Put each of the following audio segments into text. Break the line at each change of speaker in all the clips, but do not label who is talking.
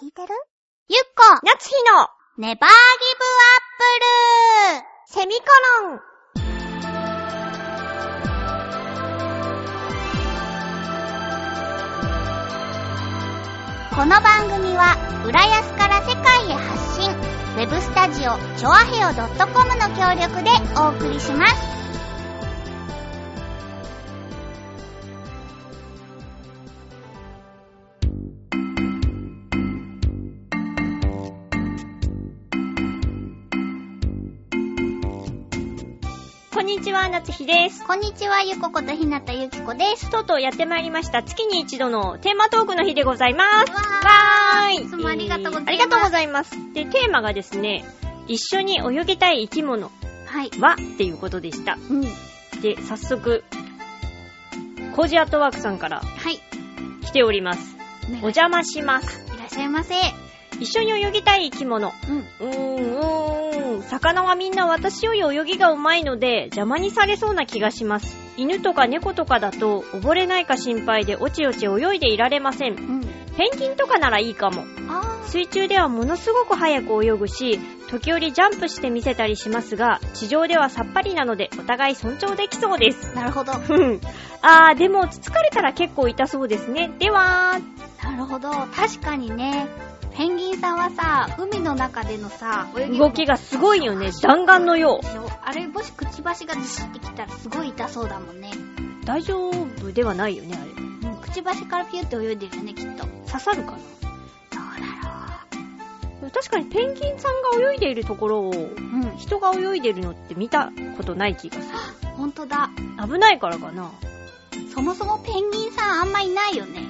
聞いてるゆっこ
夏日の
ネバーギブアップル
セミコロン
この番組は浦安から世界へ発信ウェブスタジオチョアヘオ .com の協力でお送りします
こんにちは、夏日です。
こんにちはゆこことひなたゆきこです
とうとうやってまいりました。月に一度のテーマトークの日でございます。
わ
わーい。
いつもありがとうございます
ありがとうございます。で、テーマがですね、一緒に泳ぎたい生き物
ーはい
はっていうことでした。
うんは
で、早速、コージアットワークさんから
い
来ております。
お
お邪魔します。
いらっしゃいませ
一緒に泳ぎたい生き物。
うん
うーん、うーん。魚はみんな私より泳ぎがうまいので邪魔にされそうな気がします。犬とか猫とかだと溺れないか心配でおちおち泳いでいられません。
うん
ペンギンとかならいいかも。
あ
水中ではものすごく早く泳ぐし、時折ジャンプしてみせたりしますが、地上ではさっぱりなのでお互い尊重できそうです。
ーなるほど
ふん。あー、でも疲れたら結構痛そうですね。では
なるほど確かにねペンギンさんはさ海の中でのさ泳
ー、
ぎ
動きがすごいよね。弾丸のよう。
あれもしくちばしがずしってきたらすごい痛そうだもんね
大丈夫ではないよね、あれ。
うんくちばしからピュって泳いでるよねきっとどう
刺さるかな
だ
確かにペンギンさんが泳いでいるところを
ろううん
人が泳いでるのって見たことない気がする。
ほんとだ
危ないからかな
そもそもペンギンさんあんまいないよね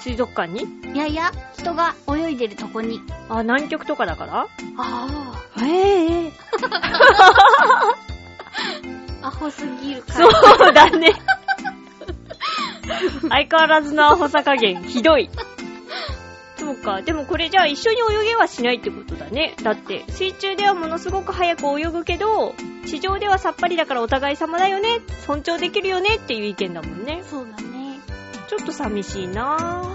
水族館に
いやいや人が泳いでるとこに
あ、南極とかだから
あ
ええ
あアホすぎるから
そうだね。相変わらずのアホさ加減、ひどい。そうか。でもこれじゃあ一緒に泳げはしないってことだね。だって、水中ではものすごく早く泳ぐけど、地上ではさっぱりだからお互い様だよね。尊重できるよねっていう意見だもんね。
そうだね
ちょっと寂しいなぁ。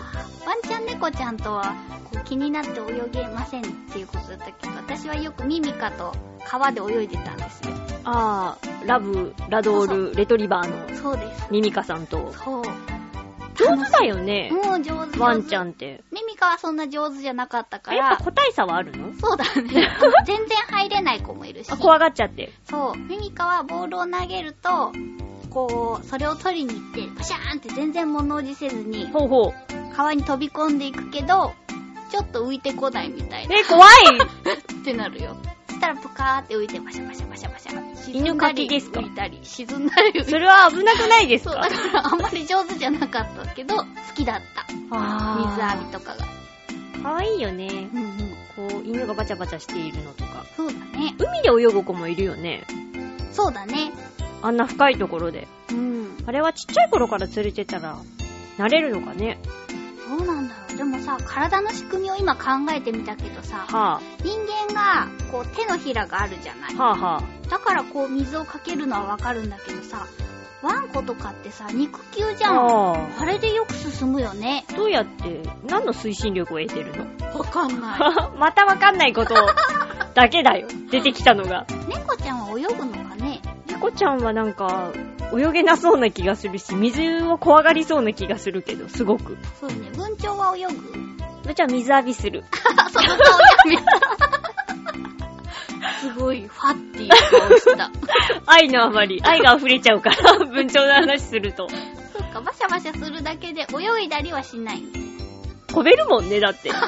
ワンちゃん猫ちゃんとはこう気になって泳げませんっていうことだったけど私はよくミミカと川で泳いでたんですよ
あー、ラブ、ラドール、レトリバーの
そうです
ミミカさんと。
そう
上手だよね。
もう上手
ワンちゃ
ん
んって。
ミミカはそんな上手じゃなかったか
あやっ
ら
ぱ個体差はあるの
そうだね 全然入れない子もいるし
あ、怖がっちゃって。
そう。ミミカはボールを投げると、こう、それを取りに行って、パシャーンって全然物おじせずに、
ほうほう。
川に飛び込んでいくけど、ちょっと浮いてこないみたいな。
え、怖い
ってなるよ。そしたらプカーって浮いてパシャパシャパシャパシャ。沈んだり
犬かきですか
浮いたり、沈んだり浮いた
そ
り。
れは危なくないです
そう、
か
だからあんまり上手じゃなかったけど、好きだった。水
あ
浴びとかが。
ーかわいいよね。
うんうん。
こう、犬がバチャバチャしているのとか。
そうだね。
海で泳ぐ子もいるよね。
そうだね。
あんな深いところで。
うん。
あれはちっちゃい頃から連れてたら、慣れるのかね。
どうなんだろう。でもさ、体の仕組みを今考えてみたけどさ、
は
人間がこう手のひらがあるじゃない
ぁ、はぁは
だからこう水をかけるのはわかるんだけどさワンコとかってさ肉球じ
ぁ。
ゃんあ
ああ。
れでよく進むよね
どうやって、何の推進力を得てるの
わかんな
またわかんないことをだけだよ。出てきたのが。
猫ちゃんは泳ぐのかね
猫ちゃんはなんか、泳げなそうな気がするし、水を怖がりそうな気がするけど、すごく。
そうね文鳥は泳ぐ
じゃあ水浴びする。
あその顔やめすごいファッていう顔した
愛のあまり、愛が溢れちゃうから、 文鳥の話すると。
そっかバシャバシャするだけで泳いだりはしない
飛べるもんね、だって。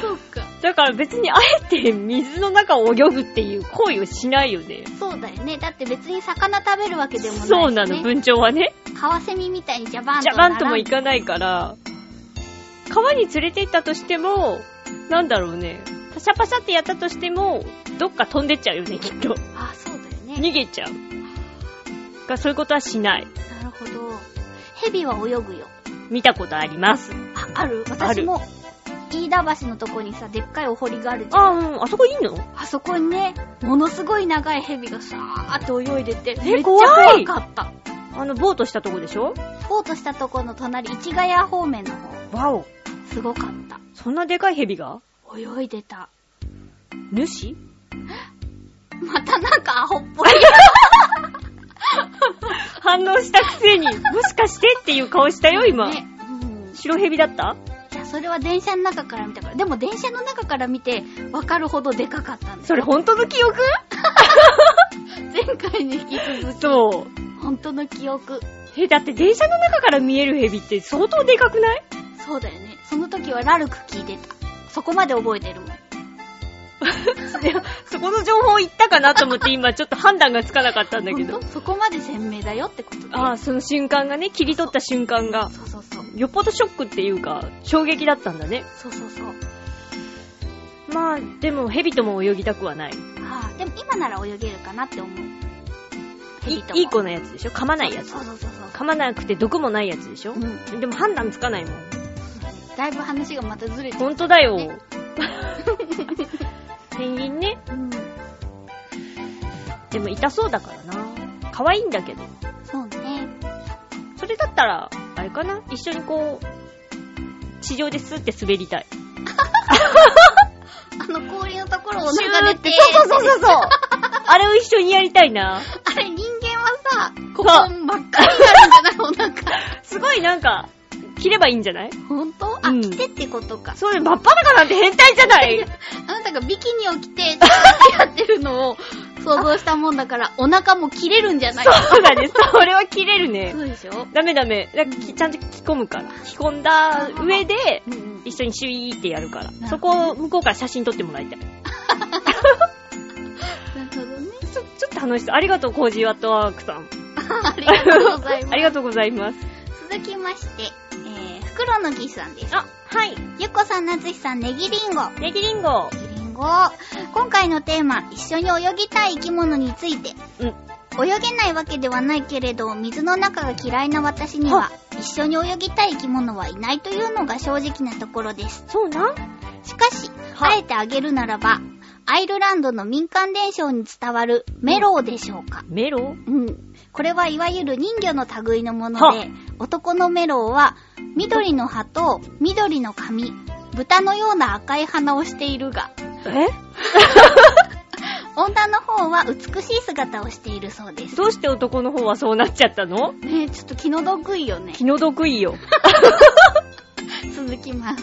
そうか
だから別にあえて水の中を泳ぐっていう行為をしないよね。
そうだよねだって別に魚食べるわけでもないし、ね、
そうなの、文鳥はね。
カワセミみたいにジャバーン
ジ
と
ャバンとも
並ん
いかないから、川に連れて行ったとしても、なんだろうね、パシャパシャってやったとしても、どっか飛んでっちゃうよ ね、きっと。
あそうだよね
逃げちゃう。がそういうことはしない。
なるほど。ヘビは泳ぐよ。
見たことあります。
あ、ある
あ
私
る
も、飯田橋のとこにさ、でっかいお堀があるじゃん。
あ、うん、あそこいいの
あそこにね、ものすごい長いヘビがさーって泳いでて、め
え
っちゃ
怖
怖
い
かった。
あの、ボートしたとこでしょ
ポートしたとこの隣、市ヶ谷方面の方。
わお。
すごかった。
そんなでかいヘビが
泳いでた。
主
またなんかアホっぽい。
反応したく せに、もしかしてっていう顔したよ、今。
ね。うん。
白ヘビだった
いや、それは電車の中から見たから。でも電車の中から見て、わかるほどでかかったんです。
それ本当の記憶
前回に引き続
そう。
き、本当の記憶。
え、だって電車の中から見えるヘビって相当でかくない
そうだよね。その時はラルク聞いてた。そこまで覚えてるもん。
いやそこの情報言ったかなと思って今ちょっと判断がつかなかったんだけ
ほん
ど
と。そこまで鮮明だよってことで。
ああ、その瞬間がね、切り取った瞬間が、
そうそうそう。
よっぽどショックっていうか、衝撃だったんだね。
そうそうそう。
まあ、でもヘビとも泳ぎたくはない。
ああ、でも今なら泳げるかなって思う。ヘビ
い
とも
いい子のやつでしょ噛まないやつ
そ。うそうそうそう。
噛まなくて毒もないやつでしょ
うん。
でも判断つかないもん。
だいぶ話がまたずれて
ほんとだよ
ね。
ペンギンね。
うん。
でも痛そうだからな。可愛いんだけど。
そうね。
それだったら、あれかな一緒にこう、地上でスって滑りたい。
あの氷のところを
シ
流
ュー
れ
って
て、
そうそうそうそ うそう。あれを一緒にやりたいな。
あれ人間はさ、
こ
こ
こ
こ真っ赤になるんじゃないお腹。
すごいなんか、切ればいいんじゃない
ほんとあ、
うん
着てってことか。
そういう真っ裸なんて変態じゃない
あなたがビキニを着て、ってやってるのを想像したもんだから、お腹も切れるんじゃない
そうだね。それは切れるね
そ。うでしょ
ダメダメ。だきちゃんと着込むから。着込んだ上で、
うんうん。
一緒にシュイーってやるから。
ど
そこを向こうから写真撮ってもらいたい。
なるほどね。
ちょ、ちょっと楽しそう。ありがとう、コージーワットワークさん。
ありがとうござ います。
ありがとうございます。
続きまして、えー、袋のぎさんです。
あ、はい。
ゆっこさん、なつしさん、ネギリンゴ。
ネギリンゴ。
ネギリンゴ。今回のテーマ、一緒に泳ぎたい生き物について。
うん。
泳げないわけではないけれど、水の中が嫌いな私には
は、
一緒に泳ぎたい生き物はいないというのが正直なところです。
そうなん
しかし、
は
あえてあげるならば、アイルランドの民間伝承に伝わるメロウでしょうか。
メロ
うん。これはいわゆる人魚の類のもの
は
で、男のメロウは、緑の葉と緑の髪、豚のような赤い鼻をしているが、
え
女の方は美しい姿をしているそうです。
どうして男の方はそうなっちゃったの
ねえ、ちょっと気の毒いよね。
気の毒いよ。
続きます。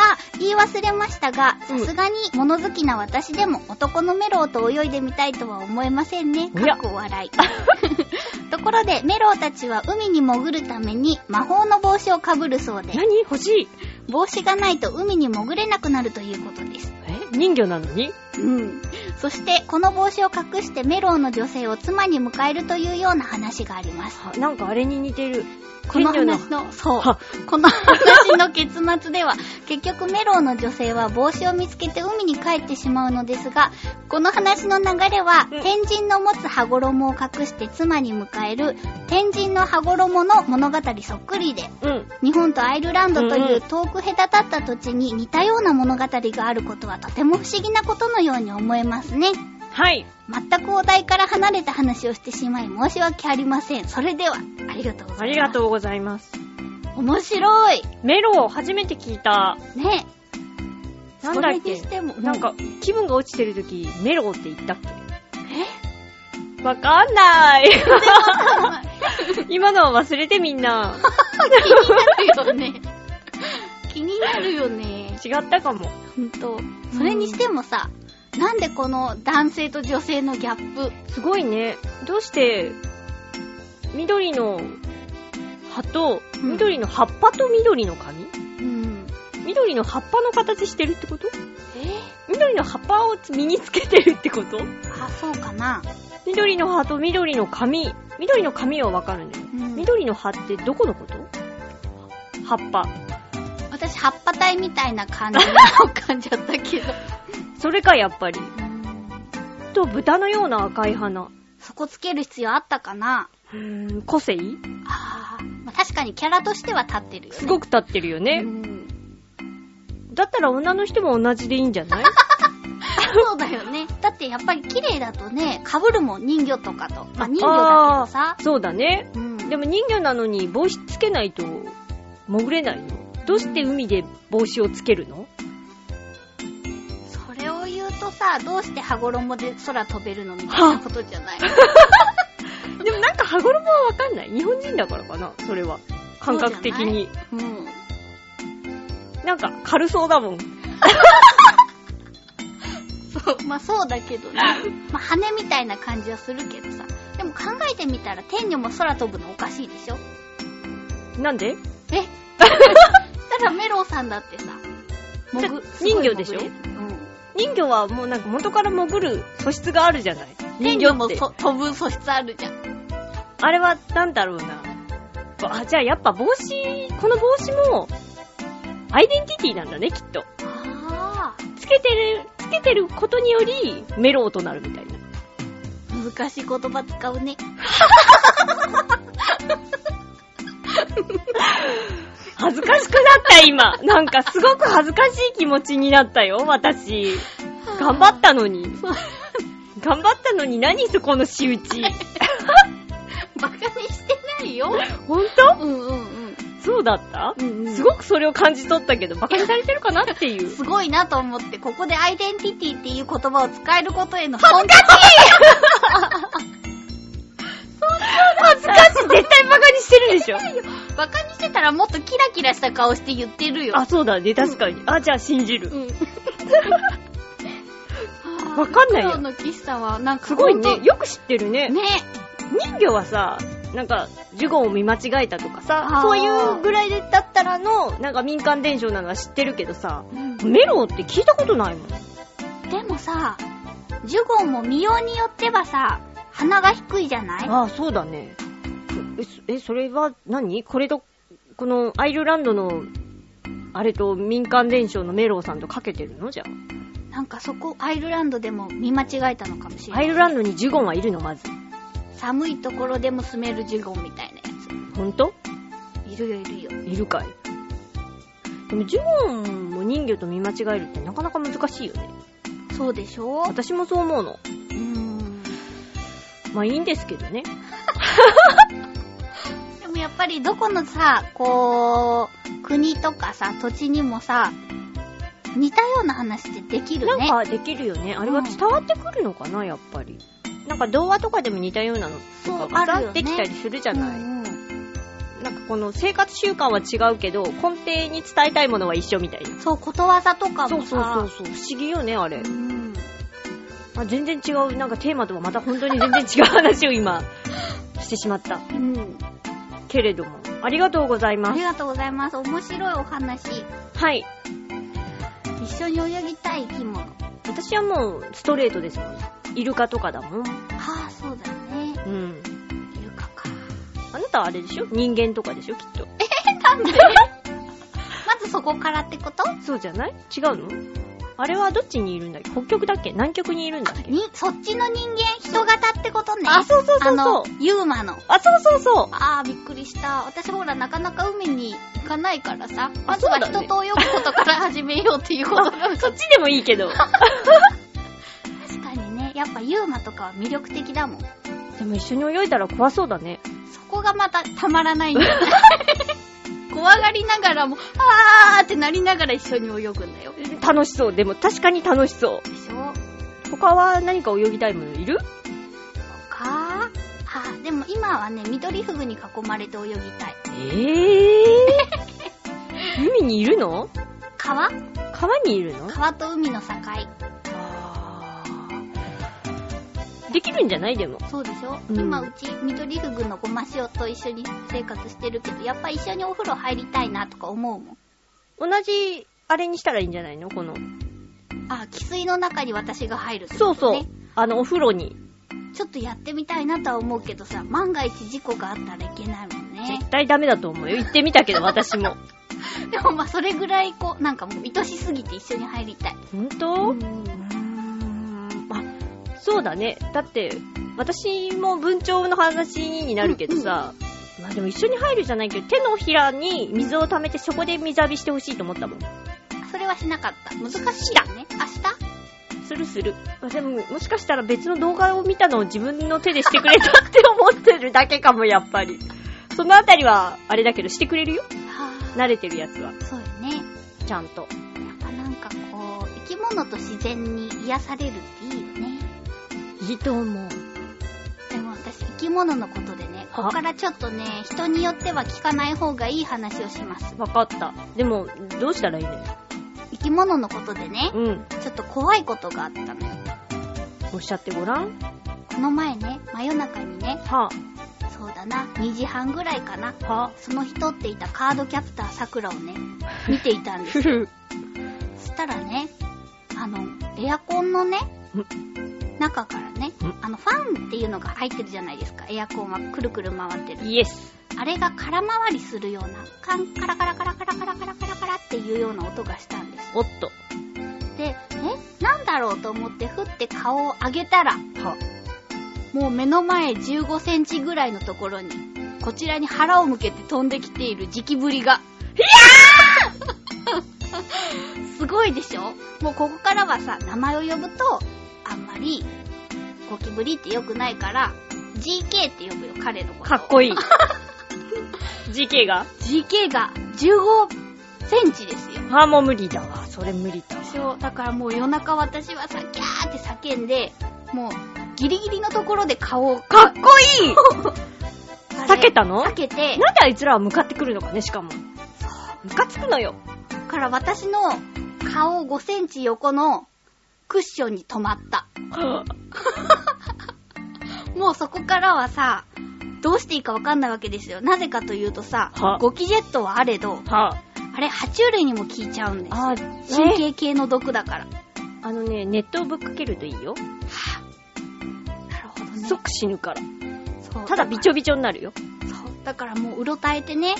あ、言い忘れましたが、
う
さ
ん
すがに物好きな私でも男のメロウと泳いでみたいとは思えませんね。
おや
かっこ笑い。 ところで、メロウたちは海に潜るために魔法の帽子をかぶるそうで、
何欲しい。
帽子がないと海に潜れなくなるということです。
え人魚なのに
うん。そして、この帽子を隠してメロウの女性を妻に迎えるというような話があります。
はなんかあれに似てる。
この
人魚
話の、そう。
は、
この話の結末では、結局メロウの女性は帽子を見つけて海に帰ってしまうのですが、この話の流れは、
うん
天神の持つ羽衣を隠して妻に迎える、天神の羽衣の物語そっくりで、
うん。
日本とアイルランドと
うん
いううん遠く隔たった土地に似たような物語があることはとても不思議なことのように思えますね。
はい。
全くお題から離れた話をしてしまい申し訳ありません。それでは、ありがとうご
あ
ざいます。
りがとうございます。
う。面白い。
メロ初めて聞いた。
ね
なんだっけ
それにしても
なんか、気分が落ちてるとき、メロって言ったっ
え
けわかん ない今のは忘れてみんな。
気になるよね。 気になるよね。
違ったかも。
ほんと。それにしてもさ、なんでこの男性と女性のギャップ
すごいね。どうして、緑の葉と、
うん
緑の葉っぱと緑の髪
うん。
緑の葉っぱの形してるってこと
え
緑の葉っぱを身につけてるってこと
あ、そうかな。
緑の葉と緑の髪。緑の髪はわかるんだよ。
うん
緑の葉ってどこのこと葉っぱ。
私、葉っぱ体みたいな感 じなの感じちゃったけど。
それか、やっぱり。
うん
と、豚のような赤い花。
そこつける必要あったかな
うーん、個性
あー、まあ、確かにキャラとしては立ってるよね。
すごく立ってるよね。
うん
だったら女の人も同じでいいんじゃ ない
そうだよね。だってやっぱり綺麗だとね、被るもん、人魚とかと。まあ、人魚だけどさ。
そうだね。
うん。
でも人魚なのに帽子つけないと潜れないのどうして海で帽子をつけるの
それを言うとさ、どうして羽衣で空飛べるのみたいなことじゃ ない。
でもなんか羽衣はわかんない。日本人だからかな、それは。感覚的に。
うん。
なんか軽そうだもん。
そう。まあそうだけどね。まあ羽みたいな感じはするけどさ。でも考えてみたら天女も空飛ぶのおかしいでしょ
なんで
えただメロさんだってさ、潜、
じゃ
すごい
人魚でし
潜
ょ
れるうん。
人魚はもうなんか元から潜る素質があるじゃない。
天女
人魚っ
も
て。
そ飛ぶ素質あるじゃん。
あれはなんだろうな。あ、じゃあやっぱ帽子、この帽子も、アイデンティティなんだね、きっと。
ああ。
つけてる、つけてることにより、メロウとなるみたいな。
難しい言葉使うね。
恥ずかしくなった、今。なんかすごく恥ずかしい気持ちになったよ、私。頑張ったのに。頑張ったのに何そこの仕打ち。
バカにしてないよ。
ほんと
うんうんうん。
そうだった
うんうん
すごくそれを感じ取ったけど、馬鹿にされてるかなっていう。
すごいなと思って、ここでアイデンティティっていう言葉を使えることへの恥ずかしい
恥ずかしい絶対馬鹿にしてるでしょ
バカにしてたらもっとキラキラした顔して言ってるよ。
あ、そうだね、確かに。あ、じゃあ信じる。
うん。
わかんないよ
黒の岸さんは、なんか
すごい
ほん
ね。
と
よく知ってるね。
ね。
人魚はさ、なんか、呪言を見間違えたとか
あ
さ
ー、
そういうぐらいだったらの、なんか民間伝承なのは知ってるけどさ、メロウって聞いたことないもん。
でもさ、ジュゴンも見ようによってはさ、鼻が低いじゃない
ああ、そうだね。えそ、え、それは何これと、このアイルランドの、あれと民間伝承のメロウさんとかけてるのじゃあ。
なんかそこ、アイルランドでも見間違えたのかもしれな
ア
い。
イルランドにジュゴンはいるのまず。
寒いところでも住めるジュゴンみたいなや
ほんと
つ。いるよいるよ。
いるかい。でもジュゴンも人魚と見間違えるってなかなか難しいよね。
そうでしょう
私もそう思うの。
ーん。
まあいいんですけどね。
でもやっぱりどこのさ、こう、国とかさ、土地にもさ、似たような話ってできる
な
ね。
んかできるよね。あれは伝わってくるのかな、やっぱり。なんか童話とかでも似たようなのとか
そうある
がさ
よね
できたりするじゃない、
うんうん
なんかこの生活習慣は違うけど、根底に伝えたいものは一緒みたいな。
そう、ことわざとか
そ
も
う
さ、
そうそうそう。不思議よね、あれ。
うん
あ全然違う、なんかテーマとはまた本当に全然違う話を今、してしまった。
うん。
けれども。ありがとうござい
あ
ま
り
す。
がとうございます。面白いお話。
はい。
一緒に泳ぎたい生き物。
私はもうストレートですもん。イルカとかだもん。
はあ、そうだね。
うん。
イルカか。
あなたはあれでしょ人間とかでしょきっと。
なんでまずそこからってこと
そうじゃない違うのあれはどっちにいるんだっけ北極だっけ南極にいるんだっけ
に、そっちの人間、人型ってことね。
あ、そうそうそうそう
あの。、ユーマの。
あ、そうそうそう。
あー、びっくりした。私ほら、なかなか海に行かないからさ。
あ
まずは
そう
人
だね
と泳ぐことから始めようっていう ことが。
そっちでもいいけ ど。
確かにね、やっぱユーマとかは魅力的だもん。
でも一緒に泳いだら怖そうだね。
そこがまたたまらないんだよね。 怖がりながらも、あーってなりながら一緒に泳ぐんだよ。でし
楽しそう。でも確かに楽しそ
ょ
う。他は何か泳ぎたいものいる
かあー、でも今はね、緑フグに囲まれて泳ぎたい。
えぇ、ー、海にいるの
川
川にいるの
川と海の境。
あーできるんじゃないでも。
そうでしょ、
うん
今うち、緑フグのごま塩と一緒に生活してるけど、やっぱ一緒にお風呂入りたいなとか思うもん。
同じ、あれにしたらいいんじゃないのこの。
あ、汽水の中に私が入るって
そ
こ
うそ
と
う
ね。。
あの、お風呂に。
ちょっとやってみたいなとは思うけどさ、万が一事故があったらいけないもんね。
絶対ダメだと思うよ。行ってみたけど、私も。
でもまあそれぐらいこう、なんかもう愛しすぎて一緒に入りたい。
ほん
う
と
ん。
あ、そうだね。だって、私も文鳥の話になるけどさ、まあでも一緒に入るじゃないけど、手のひらに水を溜めてそこで水浴びしてほしいと思ったもん。
それはしなかった。難しいよね。明日
するする。あでも、もしかしたら別の動画を見たのを自分の手でしてくれたって思ってるだけかも、やっぱり。そのあたりは、あれだけどしてくれるよ。
は
慣れてるやつは。
ぁそうよね。
ちゃんと。
やっぱなんかこう、生き物と自然に癒されるっていいよね。
いいと思う。
でも私、生き物のことでね、
あ
ここからちょっとね、人によっては聞かない方がいい話をします。
わかった。でも、どうしたらいいのよ。
生き物のことでね、
うん。
ちょっと怖いことがあったのよ。
おっしゃってごらん。
この前ね、真夜中にね、
は
そうだな、2時半ぐらいかな。
あ、は
その人っていたカードキャプターさくらをね、見ていたん
あ。
です
ふふ。
そしたらね、あの、エアコンのね、中からね、あの、ファンっていうのが入ってるじゃないですか。エアコンはくるくる回ってる。
イエス。
あれが空回りするような、カン、カラカラカラカラカラカラカラカラっていうような音がしたんです。
おっと。
で、えなんだろうと思って、ふって顔を上げたら、
は
もう目の前15センチぐらいのところに、こちらに腹を向けて飛んできている直ぶりが。いやーすごいでしょもうここからはさ、名前を呼ぶと、あんまり、ゴキブリって良くないから、GK って呼ぶよ、彼のこ
あ。
と。
かっこ いい。GK が
GK が15センチですよ。
ああ、もう無理だわ。それ無理だわ。
そう、だからもう夜中私はさ、ギャーって叫んで、もう、ギリギリのところで顔を、
かっこいい避けたの
避けて、
なんであいつらは向かってくるのかね、しかも。ムカつく のよ。
だから私の顔5センチ横のクッションに止まった。もうそこからはさ、どうしていいかわかんないわけですよ。なぜかというとさ
は、
ゴキジェットはあれど、
はあ。
あれ、爬虫類にも効いちゃうんです。
ああ、
神
ね、
経系の毒だから。
あのね、ネットをぶっかけるといいよ。
なるほどね。
即死ぬから。
そう
ただびちょびちょになるよ。
そう。だからもううろたえてね、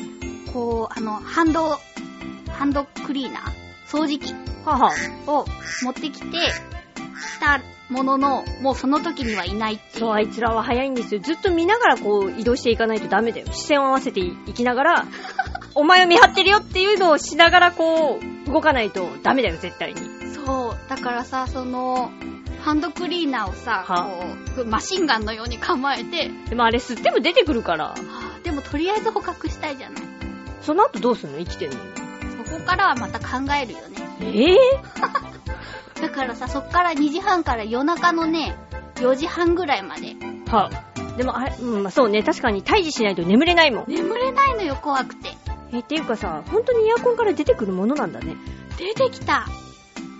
こう、あの、ハンド、ハンドクリーナー、掃除機
はあ、はあ。
を持ってきて、したものの、もうその時にはいないっていう。
そう、あいつらは早いんですよ。ずっと見ながらこう移動していかないとダメだよ。視線を合わせていきながら、 お前を見張ってるよっていうのをしながらこう、動かないとダメだよ、絶対に。
そう、だからさ、その、ハンドクリーナーをさ、
は
こう、マシンガンのように構えて、
でもあれ吸っても出てくるから、
でもとりあえず捕獲したいじゃない。
その後どうすんの生きてんの
そこからはまた考えるよね。
ええ
だからさ、そっから2時半から夜中のね、4時半ぐらいまで。
はでもあれ、うん、まあそうね、確かに退治しないと眠れないもん。
眠れないのよ、怖くて。
え、っていうかさ、本当にエアコンから出てくるものなんだね。
出てきた。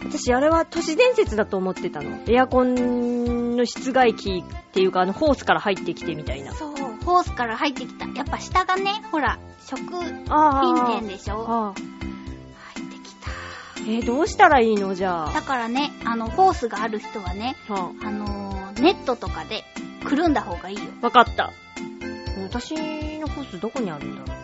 私、あれは都市伝説だと思ってたの。エアコンの室外機っていうか、あの、ホースから入ってきてみたいな。
そう、ホースから入ってきた。やっぱ下がね、ほら、食品
あ
店でしょ。
ああ。
入ってきた。
えーどうしたらいいのじゃあ。
だからね、あの、ホースがある人はね、
は
あのーネットとかでくるんだ方がいいよ。
あわかった。私のコースどこにあるんだろ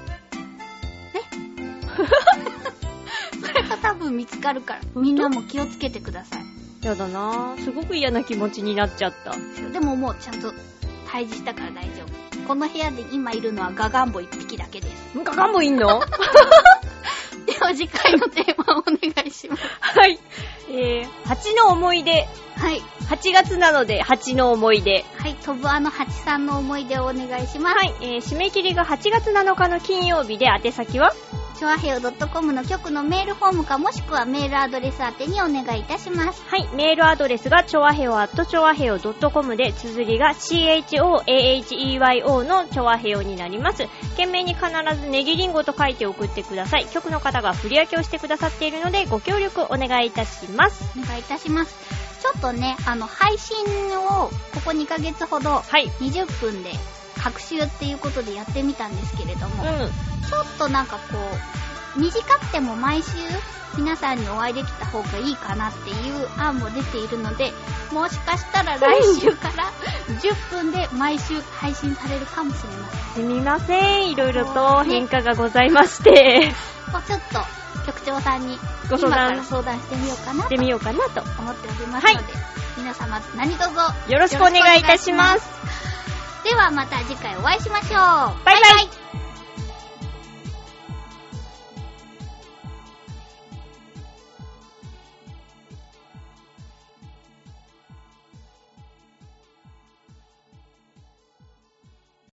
それが多分見つかるから。
当
みんなも気をつけてくださいう
やだなぁ。すごく嫌な気持ちになっちゃった。。
でももうちゃんと退治したから大丈夫。この部屋で今いるのはガガンボ一匹だけです。
ムカガンボいんの
では次回のテーマをお願いします。
はい。えー、蜂の思い出。
はい。
8月なので蜂の思い出。
はい、飛ぶあの蜂さんの思い出をお願いします。
はい。えー、締め切りが8月7日の金曜日で宛先は
チョアヘオ .com の局のメールフォームかもしくはメールアドレス宛てにお願いいたします。
はい。メールアドレスが、ちょわへお at ちょわへお .com で、綴りが CHOAHEYO のちょわへおになります。懸命に必ずネギリンゴと書いて送ってください。局の方が振り分けをしてくださっているので、ご協力お願いいたします。
お願いいたします。ちょっとね、あの、配信をここ2ヶ月ほど
はい。
20分で各週っていうことでやってみたんですけれど
う
も、
ん。
ちょっとなんかこう、短くても毎週皆さんにお会いできた方がいいかなっていう案も出ているので、もしかしたら来週から10分で毎週配信されるかもしれません。
すみません。いろいろと変化がございま して、
まあちょっと局長さんに
ご相
今から
談
相談してみようかな
し
と
てみようかなと。
思っておりますので、
はい
皆様何卒
よろしくお願いいたします。
ではまた次回お会いしましょう。
バイバイ